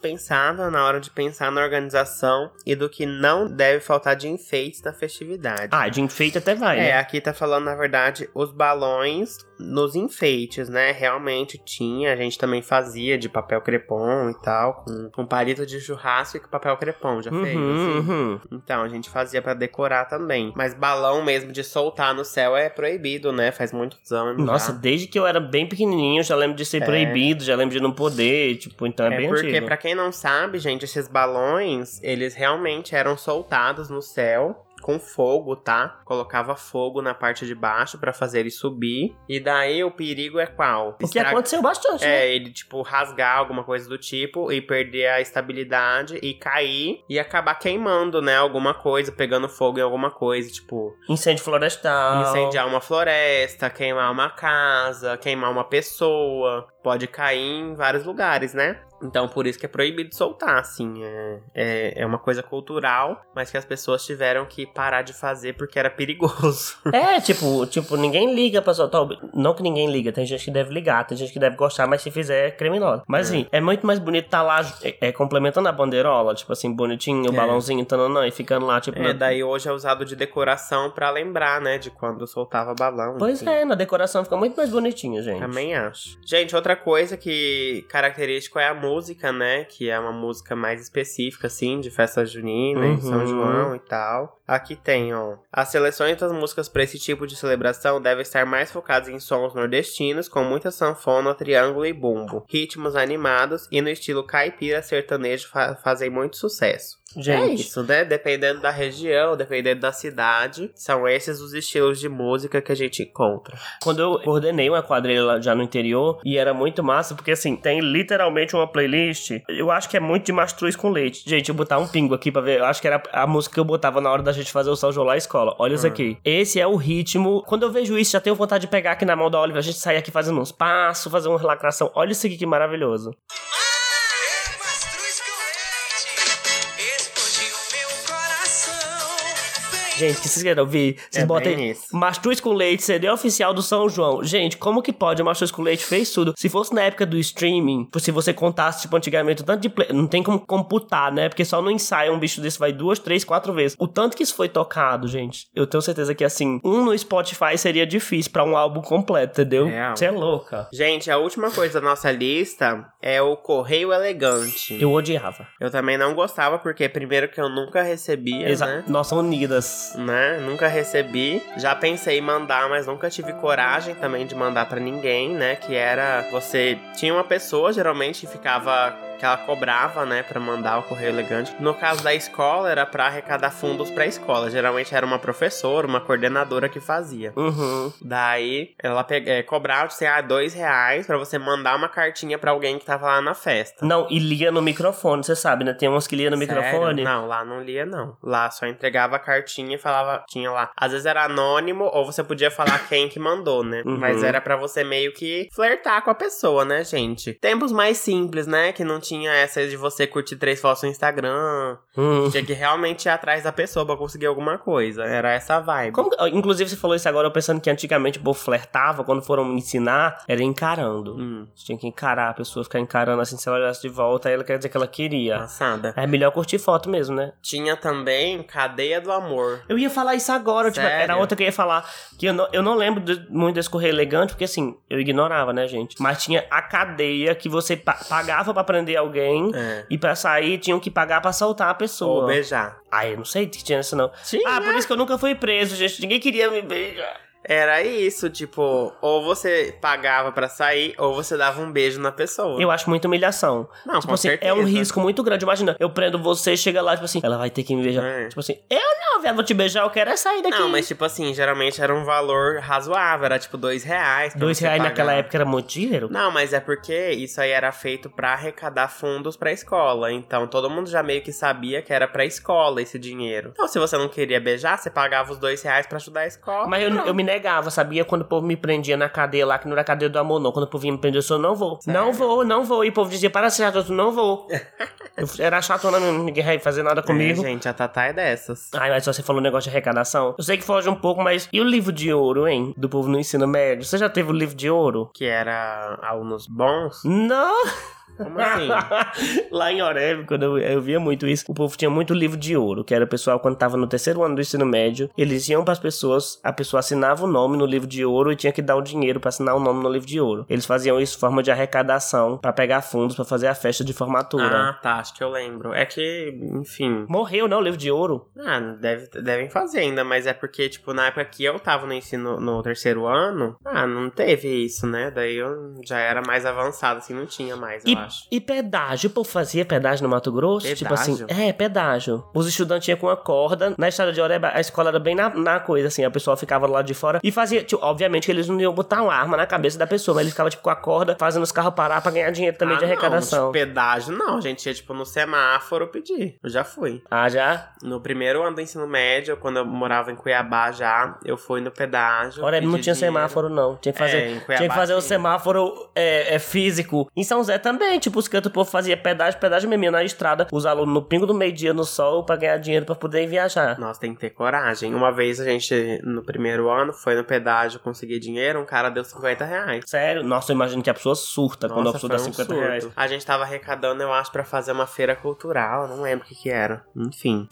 B: indispensável na hora de pensar na organização e do que não deve faltar de enfeites na festividade.
A: Ah, de enfeite até vai,
B: É,
A: né?
B: aqui tá falando, na verdade, os balões nos enfeites, né? Realmente tinha, a gente também fazia de papel crepom e tal, com, com palito de churrasco e com papel crepom, já fez?
A: Uhum,
B: assim?
A: uhum.
B: Então, a gente fazia pra decorar também. Mas balão mesmo de soltar no céu é proibido, né? Faz muitos anos.
A: Nossa,
B: já.
A: desde que eu era bem pequenininho, eu já lembro de ser
B: É.
A: proibido, já lembro de não poder, tipo, então é,
B: É
A: bem
B: porque,
A: antigo.
B: pra quem não sabe, gente, esses balões, eles realmente eram soltados no céu com fogo, tá? Colocava fogo na parte de baixo pra fazer ele subir. E daí o perigo é qual?
A: O que
B: Estraga-
A: aconteceu bastante, né?
B: É, ele, tipo, rasgar alguma coisa do tipo e perder a estabilidade e cair e acabar queimando, né? Alguma coisa, pegando fogo em alguma coisa, tipo,
A: Incêndio florestal.
B: incendiar uma floresta, queimar uma casa, queimar uma pessoa. Pode cair em vários lugares, né? Então, por isso que é proibido soltar, assim. É, é, é uma coisa cultural, mas que as pessoas tiveram que parar de fazer porque era perigoso.
A: É, tipo, tipo, ninguém liga pra soltar o bicho. Não que ninguém liga, tem gente que deve ligar, tem gente que deve gostar, mas se fizer é criminosa. Mas assim, é muito mais bonito tá lá é, é, complementando a bandeirola, tipo assim, bonitinho, o
B: É.
A: balãozinho, tananã, e ficando lá, tipo.
B: É,
A: na-
B: daí hoje é usado de decoração pra lembrar, né? De quando soltava balão.
A: Pois
B: enfim.
A: é, na decoração fica muito mais bonitinho, gente.
B: assim. Também acho. Gente, outra coisa que característica é a música, né? Que é uma música mais específica, assim, de festa junina, em São
A: Uhum.
B: João e tal. Aqui tem, ó. As seleções das músicas pra esse tipo de celebração devem estar mais focadas em sons nordestinos, com muita sanfona, triângulo e bumbo. Ritmos animados e no estilo caipira sertanejo fa- fazem muito sucesso. É
A: Gente,
B: isso, né? Dependendo da região, dependendo da cidade, são esses os estilos de música que a gente encontra.
A: quando eu coordenei uma quadrilha lá já no interior, e era muito massa, porque assim, tem literalmente uma playlist. Eu acho que é muito de mastruz com leite. Gente, eu botar um pingo aqui pra ver. Eu acho que era a música que eu botava na hora da gente fazer o São João lá à escola. Olha isso
B: Hum.
A: aqui. Esse é o ritmo. Quando eu vejo isso, já tenho vontade de pegar aqui na mão da Oliver. A gente sair aqui fazendo uns passos, fazer uma lacração. Olha isso aqui que maravilhoso.
D: É mastruz com leite, explodiu meu coração. Vem
A: Gente, que vocês querem ouvir? Vocês
B: É
A: botem
B: bem isso.
A: Mastruz com Leite, CD oficial do São João. Gente, como que pode? O Mastruz com Leite fez tudo. Se fosse na época do streaming, se você contasse, tipo, antigamente, o tanto de play... Não tem como computar, né? Porque só no ensaio um bicho desse vai duas, três, quatro vezes. O tanto que isso foi tocado, gente, eu tenho certeza que, assim, um no Spotify seria difícil pra um álbum completo, entendeu?
B: Real.
A: Você é louca.
B: Gente, a última coisa da nossa lista é o Correio Elegante. Eu,
A: Eu odiava.
B: também não gostava, porque primeiro que eu nunca recebia,
A: Exa-
B: né?
A: Nossa, unidas.
B: Né? Nunca recebi. Já pensei em mandar, mas nunca tive coragem também de mandar pra ninguém, né? Que era você tinha uma pessoa geralmente que ficava que ela cobrava, né, Pra mandar o correio elegante. No caso da escola era pra arrecadar fundos pra escola. Geralmente era uma professora, uma coordenadora que fazia.
A: Uhum.
B: Daí ela pe- eh, cobrava de você ah, dois reais pra você mandar uma cartinha pra alguém que tava lá na festa.
A: Não, e lia no microfone, você sabe, né? Tem uns que lia no
B: Sério?
A: microfone.
B: Não, lá não lia, não. Lá só entregava a cartinha e falava, tinha lá. Às vezes era anônimo, ou você podia falar quem que mandou, né?
A: Uhum.
B: Mas era pra você meio que flertar com a pessoa, né, gente? Tempos mais simples, né? Que não tinha essa de você curtir três fotos no Instagram.
A: Hum.
B: Tinha que realmente ir atrás da pessoa pra conseguir alguma coisa. Era essa a vibe.
A: Como que- inclusive, você falou isso agora, eu pensando que antigamente o povo flertava, quando foram me ensinar, era encarando.
B: Hum,
A: Você tinha que encarar a pessoa, ficar encarando assim, se ela olhasse de volta, aí ela quer dizer que ela queria.
B: passada.
A: É melhor curtir foto mesmo, né?
B: Tinha também Cadeia do Amor.
A: Eu ia falar isso agora, tipo,
B: Sério?
A: era outra que eu ia falar. Que eu não, eu não lembro de- muito desse correio elegante, porque assim, eu ignorava, né, gente? Mas tinha a cadeia que você pa- pagava pra prender alguém.
B: É.
A: E pra sair, tinham que pagar pra soltar a
B: Ou
A: pessoa.
B: beijar.
A: Ah, eu não sei que tinha isso, não.
B: Tinha.
A: Ah, por isso que eu nunca fui preso, gente. Ninguém queria me beijar.
B: Era isso, tipo, ou você pagava pra sair, ou você dava um beijo na pessoa.
A: Eu acho muita humilhação.
B: Não,
A: Tipo
B: com
A: assim,
B: certeza.
A: é um risco muito grande. Imagina, eu prendo você, chega lá, tipo assim, ela vai ter que me beijar.
B: É.
A: Tipo assim, eu não, viado, vou te beijar, eu quero é sair daqui.
B: Não, mas tipo assim, geralmente era um valor razoável, era tipo dois reais. pra
A: Dois
B: você
A: reais
B: pagar.
A: naquela época era muito dinheiro?
B: Não, mas é porque isso aí era feito pra arrecadar fundos pra escola. Então todo mundo já meio que sabia que era pra escola esse dinheiro. Então se você não queria beijar, você pagava os dois reais pra ajudar a escola.
A: Mas eu, eu me negava, sabia? Quando o povo me prendia na cadeia lá, que não era cadeia do amor, não. Quando o povo ia me prender, eu só não vou.
B: Sério?
A: Não vou, não vou. E o povo dizia, para ser adulto, não vou. Eu era chatona mesmo, ninguém vai fazer nada comigo.
B: É, gente, a Tatá é dessas.
A: Ai, mas você falou um negócio de arrecadação. Eu sei que foge um pouco, mas. E o livro de ouro, hein? Do povo no ensino médio. Você já teve o livro de ouro?
B: Que era alunos bons.
A: Não!
B: Como assim?
A: Lá em Oreb, quando eu, eu via muito isso, o povo tinha muito livro de ouro, que era o pessoal quando tava no terceiro ano do ensino médio, eles iam pras pessoas, a pessoa assinava o nome no livro de ouro e tinha que dar o dinheiro pra assinar o nome no livro de ouro. Eles faziam isso em forma de arrecadação pra pegar fundos pra fazer a festa de formatura.
B: ah, tá, acho que eu lembro. É que, enfim.
A: Morreu, não, o livro de ouro?
B: Ah, deve, devem fazer ainda, mas é porque, tipo, na época que eu tava no ensino no terceiro ano, ah, não teve isso, né? Daí eu já era mais avançado, assim, não tinha mais, eu
A: E,
B: acho.
A: e pedágio, o povo fazia pedágio no Mato Grosso? Tipo assim,
B: Pedágio?
A: é, pedágio. Os estudantes iam com uma corda, na estrada de Oreba, a escola era bem na, na coisa, assim, a pessoa ficava lá de fora e fazia, tipo, obviamente que eles não iam botar uma arma na cabeça da pessoa, mas eles ficavam, tipo, com a corda, fazendo os carros parar pra ganhar dinheiro também
B: Ah,
A: de arrecadação.
B: Não, de pedágio, não, gente. Ia, tipo, no semáforo pedir. Eu já fui.
A: Ah, já?
B: No primeiro ano do ensino médio, quando eu morava em Cuiabá já, eu fui no pedágio.
A: Oreba não
B: pedi
A: tinha
B: dinheiro.
A: semáforo, não. Tinha que
B: É,
A: fazer,
B: em Cuiabá
A: tinha que fazer o
B: tinha.
A: semáforo é, é, físico. Em São Zé também, tipo, os cantos o povo fazia pedágio, pedágio mesmo, ia na estrada, os alunos no pingo do meio-dia no sol pra ganhar dinheiro pra poder viajar.
B: Nossa, tem que ter coragem. Uma vez a gente, no primeiro ano, foi no pedágio conseguir dinheiro, um cara deu 50 reais.
A: Sério? Nossa, eu imagino que a pessoa surta quando a
B: Nossa,
A: pessoa
B: foi
A: dá
B: um
A: 50
B: surto.
A: reais.
B: A gente tava arrecadando, eu acho, pra fazer uma feira cultural, não lembro o que que era. Enfim.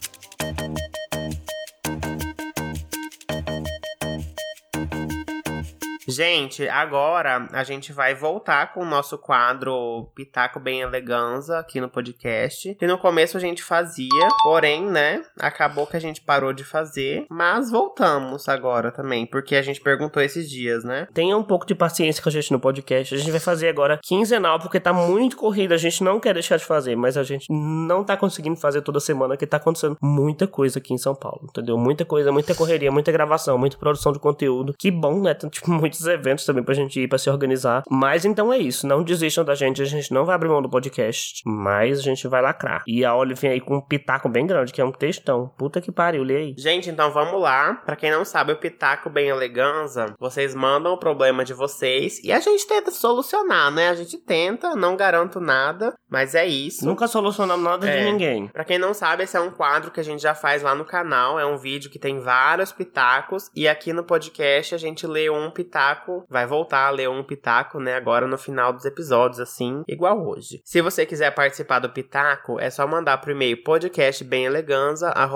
B: Gente, agora a gente vai voltar com o nosso quadro Pitaco Bem Eleganza aqui no podcast. Que no começo a gente fazia, porém, né, acabou que a gente parou de fazer. Mas voltamos agora também, porque a gente perguntou esses dias, né?
A: Tenha um pouco de paciência com a gente no podcast. A gente vai fazer agora quinzenal, porque tá muito corrido. A gente não quer deixar de fazer, mas a gente não tá conseguindo fazer toda semana, porque tá acontecendo muita coisa aqui em São Paulo, entendeu? Muita coisa, muita correria, muita gravação, muita produção de conteúdo. Que bom, né? Tem, tipo, muitos eventos também pra gente ir, pra se organizar. Mas então é isso. Não desistam da gente. A gente não vai abrir mão do podcast, mas a gente vai lacrar. E a Oli vem aí com um pitaco bem grande, que é um textão. Puta que pariu, lê aí.
B: Gente, então vamos lá. Pra quem não sabe, o Pitaco Bem Eleganza, vocês mandam o problema de vocês e a gente tenta solucionar, né? A gente tenta, não garanto nada, mas é isso.
A: Nunca solucionamos nada
B: É.
A: de ninguém.
B: Pra quem não sabe, esse é um quadro que a gente já faz lá no canal. É um vídeo que tem vários pitacos. E aqui no podcast a gente lê um pitaco. Vai voltar a ler um pitaco, né? Agora no final dos episódios, assim, igual hoje. Se você quiser participar do pitaco, é só mandar pro e-mail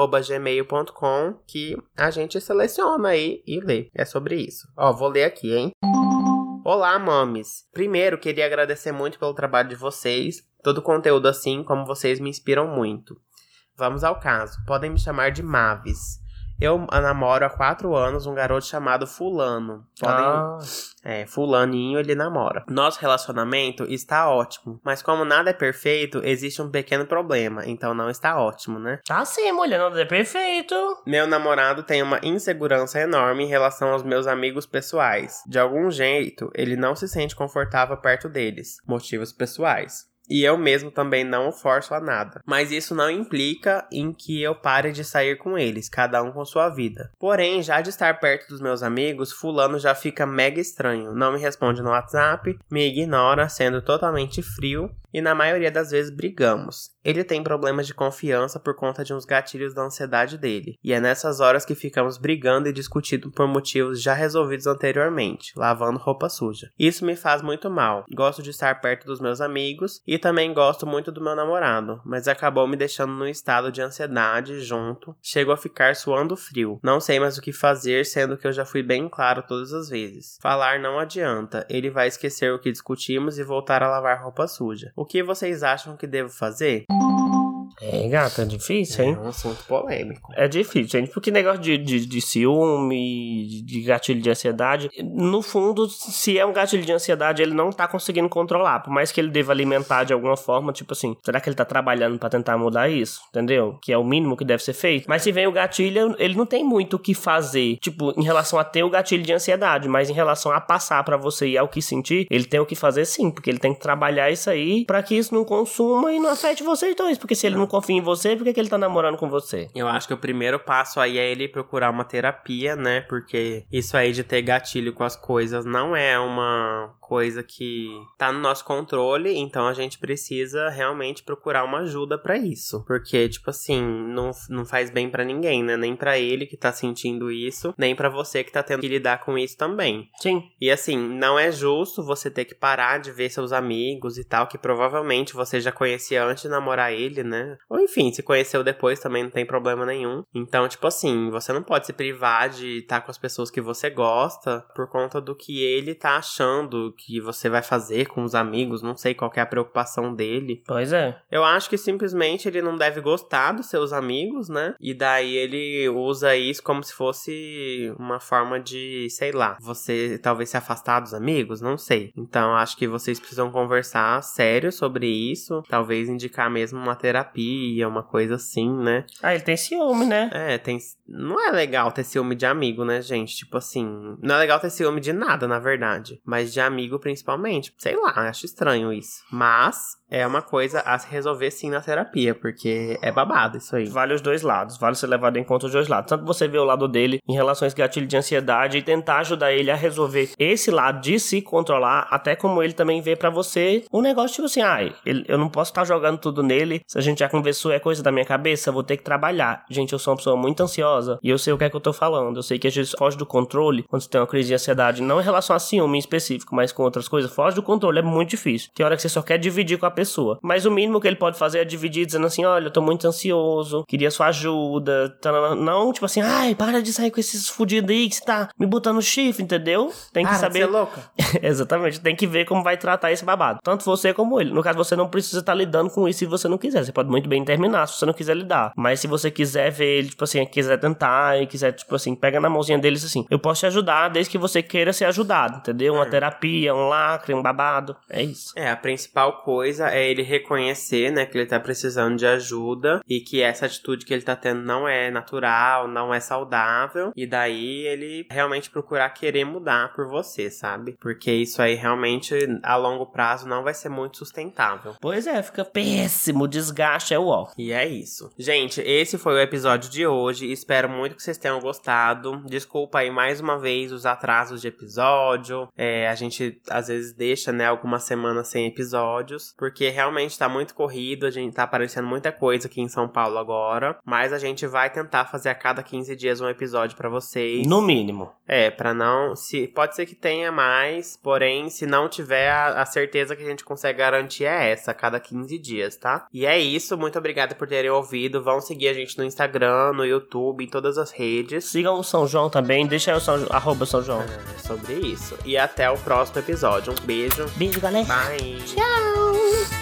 B: podcastbemeleganza.gmail.com que a gente seleciona aí e lê. É sobre isso. Ó, vou ler aqui, hein? Olá, mames! Primeiro, queria agradecer muito pelo trabalho de vocês. Todo conteúdo assim, como vocês me inspiram muito. Vamos ao caso. Podem me chamar de Mavis. Eu namoro há quatro anos um garoto chamado Fulano. Podem,
A: Ah.
B: é, fulaninho ele namora. Nosso relacionamento está ótimo, mas como nada é perfeito, existe um pequeno problema, então não está ótimo, né?
A: Tá sim, mulher, não é perfeito.
B: Meu namorado tem uma insegurança enorme em relação aos meus amigos pessoais. De algum jeito, ele não se sente confortável perto deles. Motivos pessoais. E eu mesmo também não o forço a nada. Mas isso não implica em que eu pare de sair com eles, cada um com sua vida. Porém, já de estar perto dos meus amigos, fulano já fica mega estranho. Não me responde no WhatsApp, me ignora, sendo totalmente frio e na maioria das vezes brigamos. Ele tem problemas de confiança por conta de uns gatilhos da ansiedade dele, e é nessas horas que ficamos brigando e discutindo por motivos já resolvidos anteriormente, lavando roupa suja. Isso me faz muito mal. Gosto de estar perto dos meus amigos e também gosto muito do meu namorado, mas acabou me deixando num estado de ansiedade junto. Chego a ficar suando frio. Não sei mais o que fazer, sendo que eu já fui bem claro todas as vezes. Falar não adianta, ele vai esquecer o que discutimos e voltar a lavar roupa suja. O que vocês acham que devo fazer?
A: É, gata, é difícil, hein?
B: um assunto polêmico.
A: É difícil, gente, porque negócio de, de, de ciúme, de- de gatilho de ansiedade, no fundo, se é um gatilho de ansiedade, ele não tá conseguindo controlar, por mais que ele deva alimentar de alguma forma, tipo assim, será que ele tá trabalhando pra tentar mudar isso? Entendeu? Que é o mínimo que deve ser feito. Mas se vem o gatilho, ele não tem muito o que fazer, tipo, em relação a ter o gatilho de ansiedade, mas em relação a passar pra você e ao que sentir, ele tem o que fazer sim, porque ele tem que trabalhar isso aí pra que isso não consuma e não afete vocês dois, porque se ele não confia em você, por que, que ele tá namorando com você?
B: Eu acho que o primeiro passo aí é ele procurar uma terapia, né? Porque isso aí de ter gatilho com as coisas não é uma coisa que tá no nosso controle, então a gente precisa realmente procurar uma ajuda pra isso. Porque, tipo assim, não, não faz bem pra ninguém, né? Nem pra ele que tá sentindo isso, nem pra você que tá tendo que lidar com isso também.
A: Sim.
B: E assim, não é justo você ter que parar de ver seus amigos e tal, que provavelmente você já conhecia antes de namorar ele, né? Ou enfim, se conheceu depois também não tem problema nenhum. Então, tipo assim, você não pode se privar de estar com as pessoas que você gosta por conta do que ele tá achando que você vai fazer com os amigos, não sei qual que é a preocupação dele.
A: Pois é.
B: Eu acho que simplesmente ele não deve gostar dos seus amigos, né? E daí ele usa isso como se fosse uma forma de, sei lá, você talvez se afastar dos amigos, não sei. Então acho que vocês precisam conversar sério sobre isso, talvez indicar mesmo uma terapia, uma coisa assim, né?
A: Ah, ele tem ciúme, né?
B: É, tem. Não é legal ter ciúme de amigo, né, gente? Tipo assim. Não é legal ter ciúme de nada, na verdade. Mas de amigo, principalmente. Sei lá, acho estranho isso. Mas é uma coisa a se resolver sim na terapia, porque é babado isso aí.
A: Vale os dois lados, vale ser levado em conta os dois lados. Tanto você ver o lado dele em relação a esse gatilho de ansiedade e tentar ajudar ele a resolver esse lado de se controlar, até como ele também vê pra você um negócio tipo assim: ai, ele- eu não posso estar jogando tudo nele, se a gente já conversou, é coisa da minha cabeça, eu vou ter que trabalhar. Gente, eu sou uma pessoa muito ansiosa e eu sei o que é que eu tô falando, eu sei que a gente foge do controle quando você tem uma crise de ansiedade, não em relação a ciúme em específico, mas com outras coisas, foge do controle, é muito difícil. Tem hora que você só quer dividir com a pessoa. Mas o mínimo que ele pode fazer é dividir dizendo assim: olha, eu tô muito ansioso, queria sua ajuda. tanana. Não, tipo assim, ai, para de sair com esses fudidos aí que você tá me botando chifre, entendeu? Tem que
B: Para de ser
A: saber.
B: louca.
A: Exatamente, tem que ver como vai tratar esse babado. Tanto você como ele. No caso, você não precisa estar lidando com isso se você não quiser. Você pode muito bem terminar se você não quiser lidar. Mas se você quiser ver ele, tipo assim, quiser tentar e quiser, tipo assim, pega na mãozinha dele e diz assim: eu posso te ajudar desde que você queira ser ajudado, entendeu? Uma terapia, um lacre, um babado. É isso.
B: É, a principal coisa é ele reconhecer, né, que ele tá precisando de ajuda e que essa atitude que ele tá tendo não é natural, não é saudável. E daí ele realmente procurar querer mudar por você, sabe? Porque isso aí realmente a longo prazo não vai ser muito sustentável.
A: Pois é, fica péssimo, desgaste é o ó.
B: E é isso. Gente, esse foi o episódio de hoje. Espero muito que vocês tenham gostado. Desculpa aí mais uma vez os atrasos de episódio. É, a gente às vezes deixa, né, algumas semanas sem episódios. Porque realmente tá muito corrido. A gente tá aparecendo muita coisa aqui em São Paulo agora. Mas a gente vai tentar fazer a cada 15 dias um episódio pra vocês.
A: No mínimo.
B: É, pra não. se Pode ser que tenha mais, porém, se não tiver, a, a certeza que a gente consegue garantir é essa, a cada 15 dias, tá? E é isso, muito obrigada por terem ouvido. Vão seguir a gente no Instagram, no YouTube, em todas as redes.
A: Sigam o São João também, deixa aí o São João, arroba São João.
B: É sobre isso. E até o próximo episódio. Um beijo.
A: Beijo, galera.
B: Bye.
A: Tchau.